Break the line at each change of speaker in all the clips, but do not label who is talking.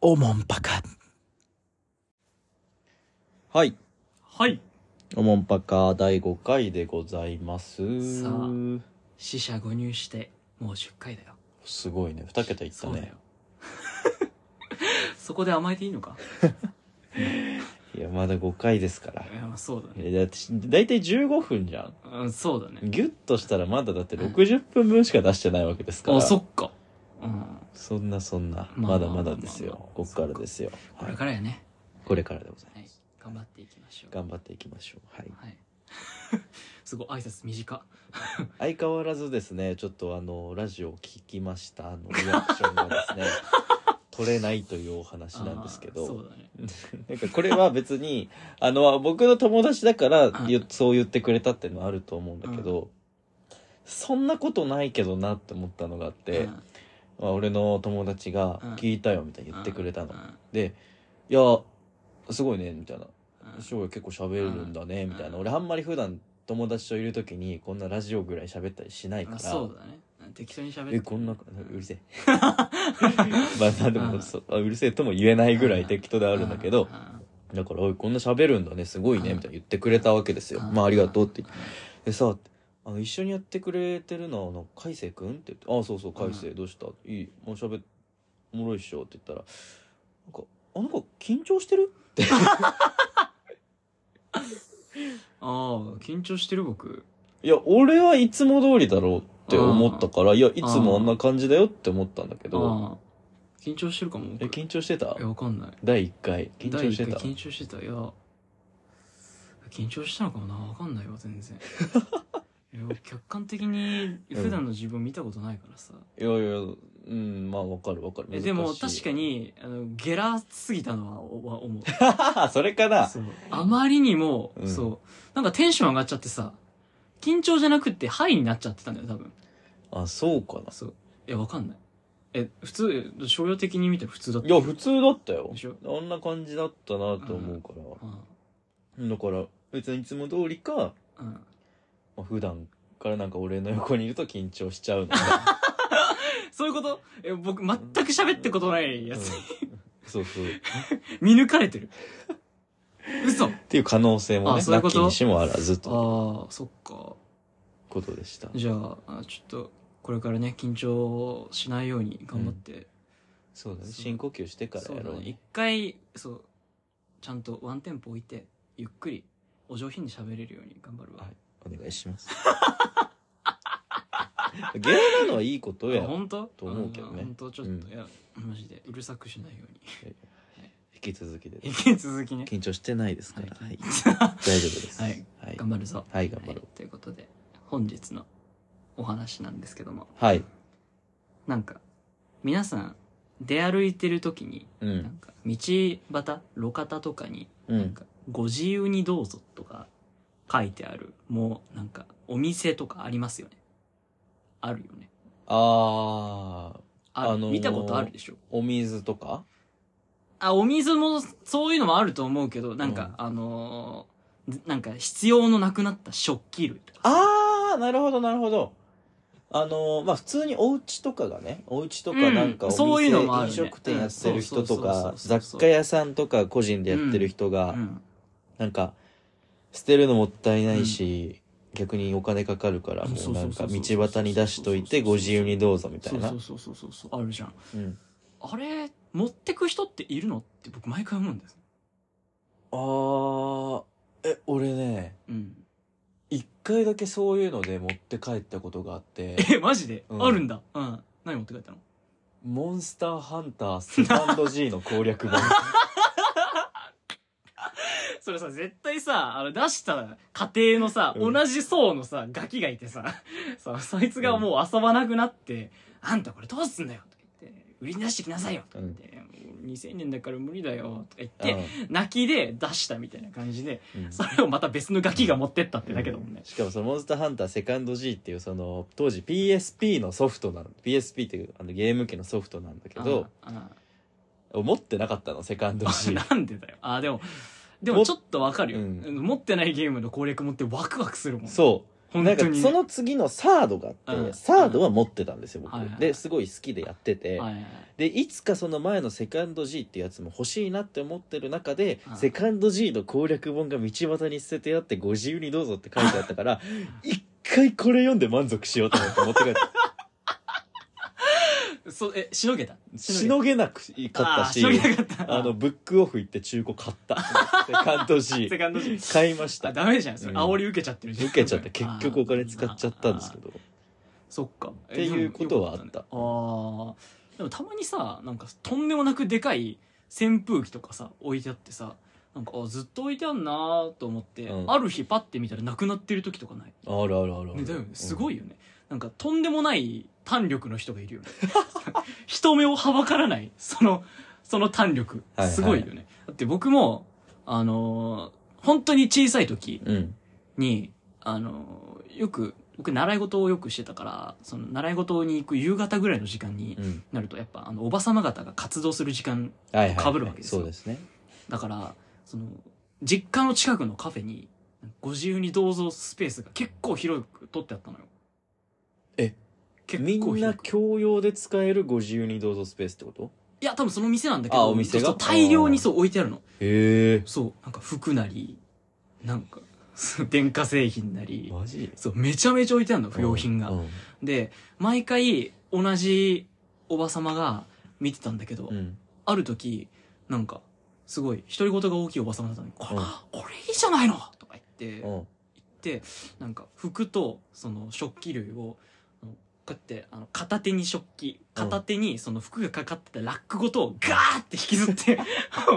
おもんぱか。
はい。
はい。
おもんぱか第5回でございます。
さ死者誤入して、もう10回だよ。
すごいね。2桁いった
そうだ
ね
よ。。 そこで甘えていいのか
いや、まだ5回ですから。
いやそうだね。
いやだってだいたい15分じゃん。
うん、そうだね。
ギュッとしたらまだだって60分分しか出してないわけですから。
あ、そっか。うん。
そんなそんな。
ま
ま
あ
だまだですよ。
まあまあまあ
こっからですよ。
こ
は
れ
い。
からやね。
これからでござい
はい
ます。。
頑張っていきましょう。
頑張っていきましょう。はい。
はい。 すごい、挨拶短っ。
相変わらずですねちょっとあのラジオを聞きましたあのリアクションがです ね取れないというお話なんですけ
あーそ
ど
うだね。
なんかこれは別にあの僕の友達だから言
うん
そう言ってくれたっていうのはあると思うんだけど、そんなことないけどなって思ったのがあって、
うん
まあ、俺の友達が
うん
「聞いたよ」みたいに言ってくれたの。
うんうん
で「いやすごいね」みたいな
うん
翔吾結構喋るんだね、みたいな。
うん
俺あんまり普段友達といる時にこんなラジオぐらい喋ったりしないか
あ
ら。
そうだね。うん適当に喋って。
え、こんな、うるせえ。 まあまあでもそう、あうるせえとも言えないぐらい適当であるんだけど、だから、おい、こんな喋るんだね、すごいね、
うん
みたいな言ってくれたわけです
う
よ。
ん、
まあありがとうって
ん
言って。でさ、あの、一緒にやってくれてるのは、あの、海星くんって言って、ああ、そうそう、海星、どうしたいい、もう喋っ、おもろいっしょって言ったら、なんか、あ、なんか緊張してる
ああ、緊張してる僕。
いや、俺はいつも通りだろうって思ったから、いや、いつもあんな感じだよって思ったんだけど、
ああ。緊張してるかも。僕
え、緊張してた
いや、わかんない。
第1回。緊張してた
第一回緊張してた。いや、緊張したのかもな。わかんないわ、全然。いや客観的に普段の自分見たことないからさ。
いやいや、うん、まあわかるわかる。
えでも確か
に。
に、あの、ゲラすぎたのはおは思う。
それかな
そうあまりにも、
うん
そう。なんかテンション上がっちゃってさ、緊張じゃなくて、はいになっちゃってたんだよ、多分。
あ、そうかな。
そう。いや、わかんない。え、普通、え商用的に見たら普通だった。
いや、普通だったよ
でしょ。
あんな感じだったなと思うから。
うん。
だから、別にいつも通りか、
うん。
まあ、普段からなんか俺の横にいると緊張しちゃうのか。
そういうことえ、僕、全く喋ってことないやつ。
うんそうそう。っ
見抜かれてる。嘘あ
ていう可能性もね、
あそういう
な
こ
き
と
にしもあらずという
あ、そっか。
ことでした。
じゃあ、あちょっと、これからね、緊張しないように頑張って。
そうだね。
そう
深呼吸してから
そう
や
だ
ろう
ね。
ね
一。回、そう、ちゃんとワンテンポ置いて、ゆっくり、お上品に喋れるように頑張るわ
は。お願いし ます。ゲーなのはいいことや。
本当
と思うけどね
本当ちょっ
うん
と、いや、マジで、うるさくしないように。
引き続きで。
引き続きね。
緊張してないですから。
は
はい
い。
大丈夫です。
はい。
はい。
頑張るぞ。
はい、頑張ろう
はい。ということで、本日のお話なんですけども、
はい。
なんか、皆さん、出歩いてる時に、
う。
なんんか、道端、路肩とかに、
う
なん
ん。
か、ご自由にどうぞとか書いてある、もう、なんか、お店とかありますよね。あるよね。
あー、
ある
あのー
見たことあるでしょ。
お水とか
あ、お水も、そういうのもあると思うけど、なんか、あのーなんか、必要のなくなった食器類とか。
あー、なるほど、なるほど。あのー、まあ、普通にお家とかがね、お家とかなんかお店、
うんそういうのもある
飲
ね
食店やってる人と
う
か、
んそうそうそうそう
雑貨屋さんとか個人でやってる人が、
うん。
なんか、捨てるのもったいないし、逆にお金かかるから、
うん
も
そううそう
な
そ
ん
うそ
か
う
道端に出しといて、
そうそうそうそう
ご自由にどうぞみた
そ
いうな。
そうそうそうそうそうあるじゃん
うん。
あれ持ってく人っているのって僕毎回思うんです
あー、え、俺ね、
うん
一回だけそういうので持って帰ったことがあ って、
えマジで、
うん
あるんだうん何持って帰ったの
モンスターハンターセカンド G の攻略 本。
それさ絶対さあの出した家庭のさ、
うん
同じ層のさガキがいてさ さそいつがもう遊ばなくなって「あんたこれどうすんだよ」とか言って「売りに出してきなさいよ」とか言って「2000年だから無理だよ」とか言って、泣きで出したみたいな感じで
うんうん
それをまた別のガキが持ってったってだけだもんね、
しかもそのモンスターハンターセカンド G っていうその当時 PSP のソフトなの PSP っていうあのゲーム機のソフトなんだけど
うんうん
持ってなかったのセカンド G
あ なんでだよ。あ、でも、で
も
もちょっとわかるよ、
うん
持ってないゲームの攻略もってワクワクするもん。
そう
本
なんか
当にね
その次のサードがあっ
う
て
ん
サードは持ってたんですよ僕
はいはい
ですごい好きでやってて
はいはいはい
でいつかその前のセカンド G ってやつも欲しいなって思ってる中で
うん
セカンド G の攻略本が道端に捨ててあってご自由にどうぞって書いてあったから 一回これ読んで満足しようと思って持って帰って
そうえしのげた
しのげなく買ったし
あーしのげなかった
あのブックオフ行って中古買った セカンド G
セカンド G
買いまし
あ
た
ダメじゃんそれ
うん
煽り受けちゃってるじゃん
受けちゃって結局お金使っちゃったんですけ
ど
ど
そっかっ
っていうことはあった
ああでもたまにさなんかとんでもなくでかい扇風機とかさ置いてあってさなんかあずっと置いてあんなーと思って、
うん
ある日パッて見たらなくなってる時とかない
あるあるあるある
ね、だよねすごいよね、なんかとんでもない胆力の人がいるよね 人目をはばからないそのその胆力
はいはい
すごいよね、だって僕もあのー本当に小さい時
うん
にあのーよく僕習い事をよくしてたからその習い事に行く夕方ぐらいの時間に
うん
なるとやっぱあのおばさま方が活動する時間
はいはい
被るわけですよ
そうですね
だからその実家の近くのカフェにご自由にどうぞスペースが結構広く取ってあったのよ
え
結
み
構
んな
広く
共用で使えるご自由にどうぞスペースってこと
いや多分その店なんだけど
あお店が
そう大量にそう置いてあるの
へ
そうなんか服なりなんか そう電化製品な
え
り
マジ
そうめちゃめちゃ置いてあるの不用品が、
うんうん
で毎回同じおば様が見てたんだけど、
うん
ある時、なんか、すごい、独り言が大きいおばさまだったのに、これ、これいいじゃないのとか言って、
う
言っ
ん
て、なんか、服と、その、食器類を、あのこうやって、あの、片手に食器、片手に、その服がかかってたラックごと、ガーって引きずって、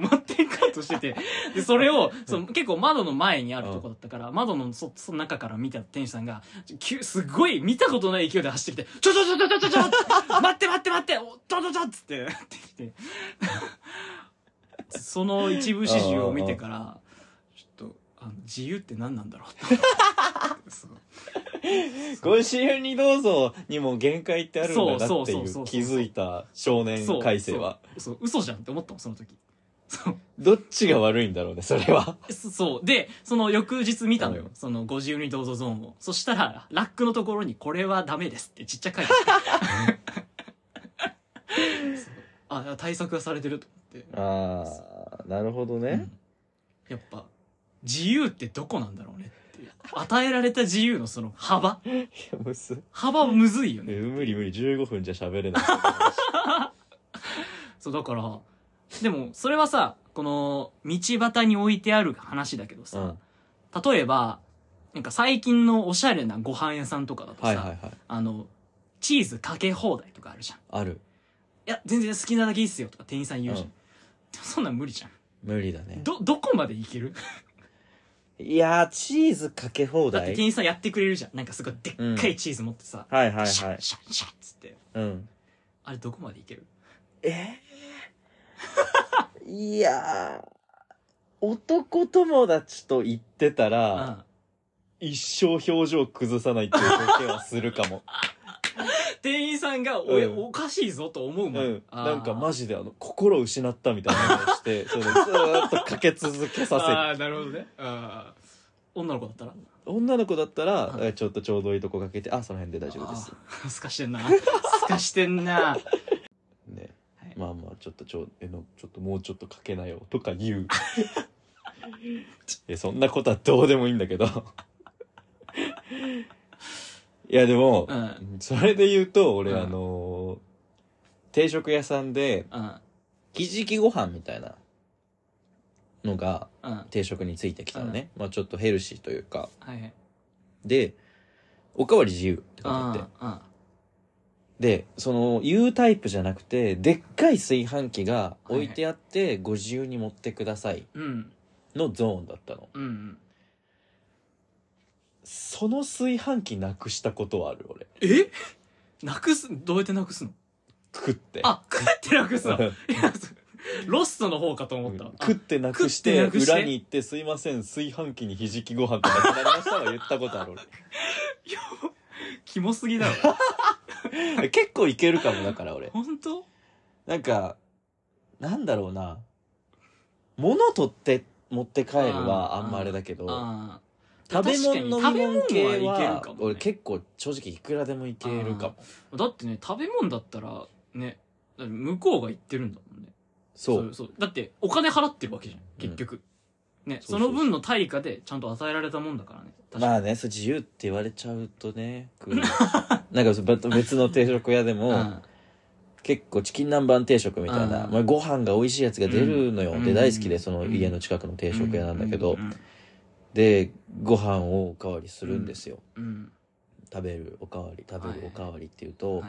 持っていこうとしてて、で、それを、その結構窓の前にあるとこだったから、窓のそ、その中から見た店主さんが、急すごい見たことない勢いで走ってきて、ちょちょちょちょちょ ちょちょ待って待って待っておちょちょちょっつって、やってき て。その一部始終を見てから、ちょっと、あの、自由って何なんだ ろうって。そう
ご自由にどうぞにも限界ってあるんだなってい
そうそうそうそうそう
う気づいた少年
そう
改正は
そう、嘘じゃんって思ったもん、その時。そう。
どっちが悪いんだろうねそれは
そそう。で、その翌日見たの
う
よ
ん。
そのご自由にどうぞゾーンを。そしたら、ラックのところにこれはダメですってちっちゃく書いてあ ったそうあ、対策がされてると思って。
ああなるほど
う
ね
んやっぱ、自由ってどこなんだろうねっていう。与えられた自由のその幅。
いやむず
幅むずいよね。
え無理無理15分じゃ喋 れない
そう、だから、でも、それはさ、この、道端に置いてある話だけど
う
さ、
んは
例えば、なんか最近のおしゃれなご飯屋さんとかだとさ、
いはいはい
あの、チーズかけ放題とかあるじゃん。い
ある
や、全然好きなだけいいっすよとか店員さん言うじゃん。
うん
でもそんなん無理じゃん。
無理だね
ど、どこまでいける
いやーチーズかけ放
だって
題
店員さんやってくれるじゃん。なんかすごいでっかいチーズ持ってさ、
はいはい
シャ
は
ッ
い
シャッシャッつって。
うん
あれどこまでいける
えー いやー男友達と言ってた
う
ら、
ん。
一生表情崩さないっていう条件はするかも。
店員さんが、おい、
うん
おかしいぞと思う
う
もん。
ん。
あー
なんかマジであの、心を失ったみたいなのを して、そのずーっとかけ続けさ
ああ、なるほどね。あー女の子だったら
せる。女の子だったら、
うん
えちょっとちょうどいいとこかけて、あ、その辺で大丈夫です。
あーすかしてんな。すかしてんな。
ね
はい。
まあまあ、ちょっとちょう、えの、ちょっともうちょっとかけなよ、とか 言う。え、そんなことはどうでもいいんだけど。いや、でも、
うん。
それで言うと、俺、
うん
あのー定食屋さんで、
うん。
ひじきご飯みたいなのが
うん。は
定食についてきたのね。まあちょっとヘルシーというか。
いはい。
で、おかわり自由って書いてあ
あ
って。
あ、あ
で、その、U タイプじゃなくて、でっかい炊飯器が置いてあって、ご自由に持ってください
うん。
のゾーンだったの。
うんうん。
その炊飯器なくしたことはある、俺。
えなくす、どうやってなくすの
食って。
あ、食ってなくすのい
うん
や、そうロストの方かと思った。
食ってなくして
食ってなくして
裏に行って「すいません炊飯器にひじきご飯とかなくなりました」は言ったことある
あキモすぎだろ。
俺 結構いけるかもだから俺
本当
なんかなんだろうな物取って持って帰れば
あ
あ
ー
んまあれだけど
ああ。
食べ物飲み物系
確かに食べ物はいける
は
かもね
俺結構正直いくらでもいけるかも
だってね食べ物だったらねだって向こうが言ってるんだもんね
そう
そうだってお金払ってるわけじゃん結局、ね
そ
そう
そうそう
の分の対価でちゃんと与えられたもんだからね確かに、
まあねそれ自由って言われちゃうとね食う なんかそう別別の定食屋でも、
うん
結構チキン南蛮定食みたいな、
うん
まあ、ご飯が美味しいやつが出るのよ、
うん
で大好きでその
うん
家の近くの定食屋なんだけど、
うん
でご飯をおかわりするんですよ、
うん
食べるおかわり食べるおかわりっていうと、
うんはい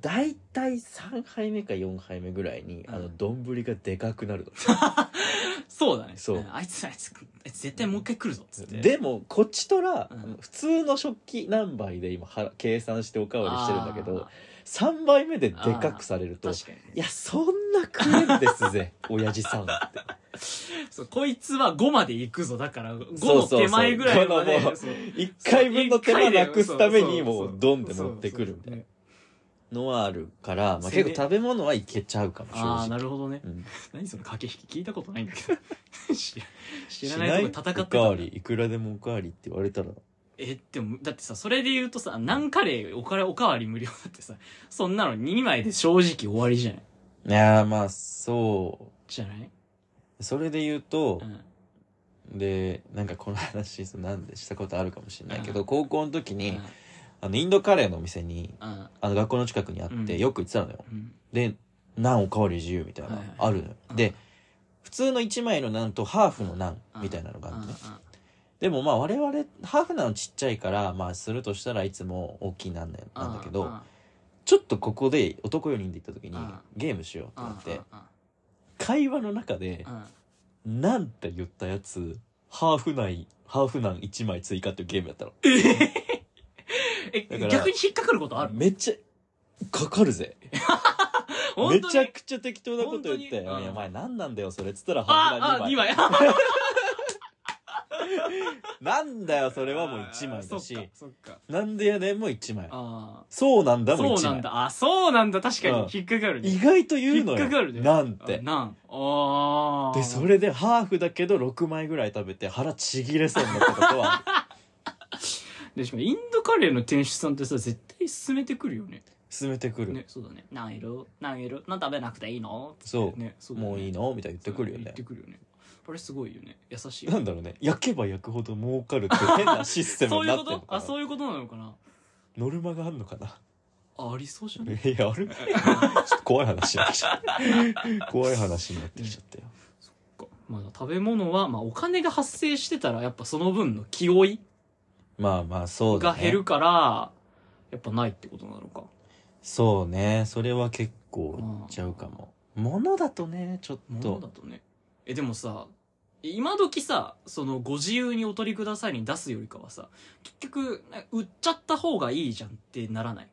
大体3杯目か4杯目ぐらいに、
うん
あの丼がでかくなる
そうだね
そうん
あいつあいつあいつ絶対もう一回来るぞっつっ
の
て
でもこっちとら、
うん
普通の食器何杯で今は計算しておかわりしてるんだけど
あ
3杯目ででかくされる
ー
と
確かに
いやそんな食えんです ぜ親父さんって
そうこいつは5まで行くぞだから5
そう
の
そう
手前ぐらいまで
このもう
そう
1回分の手間なくすためにもうドン
ン
で持ってくるみたいなのはあるから、まあ、結構食べ物はいけちゃうかも正
ああな
直
るほどね
うん
何その駆け引き聞いたことないんだけど 知ら知ら
し
ないとこで戦
おか
ってた
わ
んだ
りいくらでもおかわりって言われたら
えでもだってさそれで言うとさ何カレーおからおかわり無料だってさそんなの2枚で正直終わりじゃない
いやーまあそ
じゃないう
それで言うと
う、ん
でなんかこの話そうなんでしたことあるかもしれないけど、
う
高校の時に、
うん
あのインドカレーのお店に
うん
あの学校の近くにあって、
うん
よく行ってたのよ
うん
で「ナンおかわり自由」みたいな、
はいはい
あるのよ、
うん
で普通の1枚のナンとハーフのナンみたいなのがあって、ねでもまあ我々ハーフなのちっちゃいからまあするとしたらいつも大きいなんだよなんだけどちょっとここで男4人で行った時に
うん
ゲームしようってな
あ
って会話の中で
あ
「なんて言ったやつハーフ内ハーフなん1枚追加」っていうゲームやったの
え
だから
逆に引っかかることある
めっちゃかかるぜめ
本当に
ちゃくちゃ適当なこと言って「
本当に
いや
うん
お前何なんだよそれ」っつったらハーフ
あ
な
あ
2
2
枚
枚
なんだよ それはもう1枚だ
あー
し
そっかそっか
なんでやねんも1枚
あ
そうなんだ
あ
も
そ
1
うなん
枚
だあそうなんだ確か
うん
に引っかかる
意
ね
外と言うの
引っかかるね
よなんて
あなんああ
でそ
れ
れでハーフだけど6枚ぐらい食べて腹ちぎれそうになったことは
でしかもインドカレーの店主さんってさ絶対勧めてくるよね
進めてくる、
ねそうだね何いる何いる何食べなくていいの
そう
ねそだね
もういいのみたいな言ってくるよ
言っ
ね
てくるよねあれすごいよね優しい
なんだろうね焼けば焼くほど儲かるって変なシステム
そう
に
い
な
う
っ
こ
てるの
と
か
あ
な
そういうことなのかな
ノルマがあるのかな
あありそうじゃない
いやあれ ちょっと怖い話になってきちゃった怖い話になってきちゃったよ
かまあ食べ物は、まあ、お金が発生してたらやっぱその分の気負い
まあまあそうだ
が
ね
減るから、やっぱないってことなのか
そうねそれは結構いっちゃうかも物だとねちょっ
物だ
と
とねえでもさ今時さそのご自由にお取りくださいに出すよりかはさ結局な売っちゃった方がいいじゃんってならない、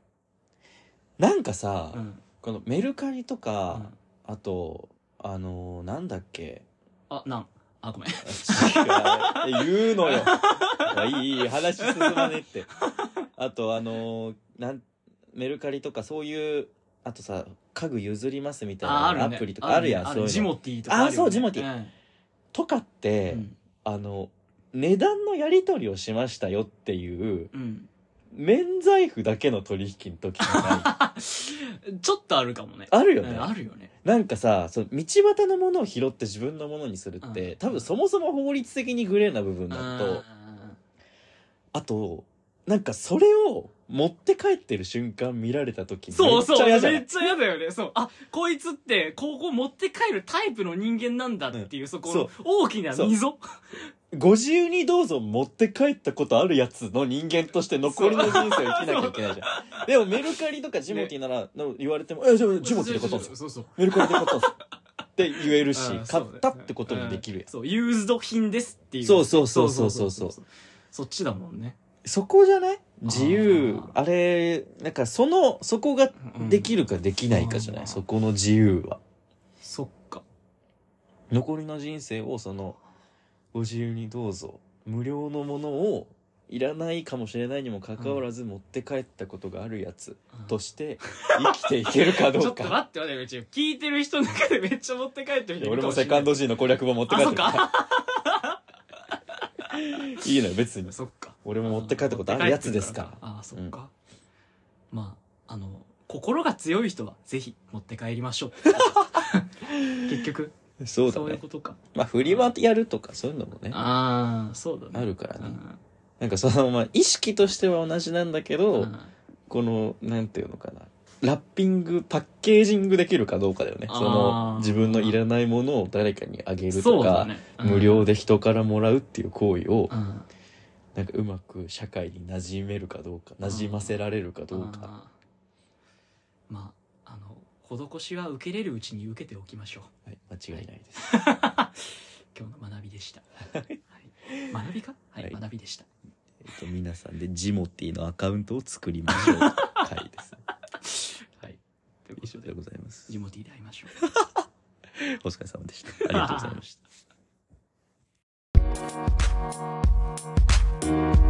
なんかさ、
うん
このメルカリと
う
か、
ん
あとあのーなんだっけ
あなんあごめん
違う言うのよいいいい話進まねえってあとあのーなんメルカリとかそういうあとさ家具譲りますみたい
あある
なア
ね
プリとかあるやん
ね
そうい
ジ
うの
モティーとかるよね
あそうジモティ
うん
とかっ
う
て、
ん
あの値段のやり取りをしましたよっていう
うん
免罪符だけの取引の時じゃな い
ちょっとあるかもね
あるよね、
うんあるよね
なんかさその道端のものを拾って自分のものにするって、
うん
多分そもそも法律的にグレーな部分だと、あと、なんかそれを持って帰ってる瞬間見られた時
そうそうめ
め
っ
っち
ち
ゃ
ゃ
嫌じゃない
嫌だよねそうあこいつってここ持って帰るタイプの人間なんだっていう、そこ
そう
の大きな溝
ご自由にどうぞ持って帰ったことあるやつの人間として残りの人生を生きなきゃいけないじゃん。でもメルカリとかジモティなら、の言われても、え、じゃあジモティで買った んですよ。
そうそう
メルカリで買ったんですよ。って言えるし
うん、
買
そう
ったってこともできるやん。
そうユーズド品ですっていう
そうそうそうそうそうそう
そっちだもんね
そこじゃない自由
あ。
あれ、なんかその、そこができ
る
るかできないかじゃな
う
い
ん
そこの自由は。
そっか
残りの人生をそのご自由にどうぞ無料のものをいらないかもしれないにもかかわらず持って帰ったことがあるやつとして生きていけるか
ち
ど
ょ
う
っと
か
待って待ってうち聞いてる人の中でめっちゃ持って帰ってる人い
俺
るか
も
しれ
セ
ない
カンド G の攻略本持って帰ってきたいいのよ別に
そっか
俺も持って帰ったことあるやつですから
ああそっか、まああの心が強い人はぜひ持って帰りましょ う結局
そうだ
そういう
ね
ことか
まあ振りはやるとかそういうのもねあ
ああそうだね
るからね
あ
なんかそのまあ意識としては同じなんだけど
ー
このなんていうのかなラッピングパッケージングできるかどうかだよね
あー
その自分のいらないものを誰かにあげる
そ
と
うだ
か、
ね
無料で人からもらうっていう行為を
うんうん
なんかうまく社会に馴染めるかどうか馴染ませられるかどうか
あーまああの施しは受けれるうちに受けておきましょう
はい、間違いないです
今日の学びでした、はい、学びかはい、
はい
学びでした
えっと、皆さんでジモティのアカウントを作りましょう 回です、ね、
はいというこ
以上
と
で
で
ございます
ジモティーで会いましょう
お疲れ様でしたありがとうございました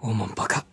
おもんばか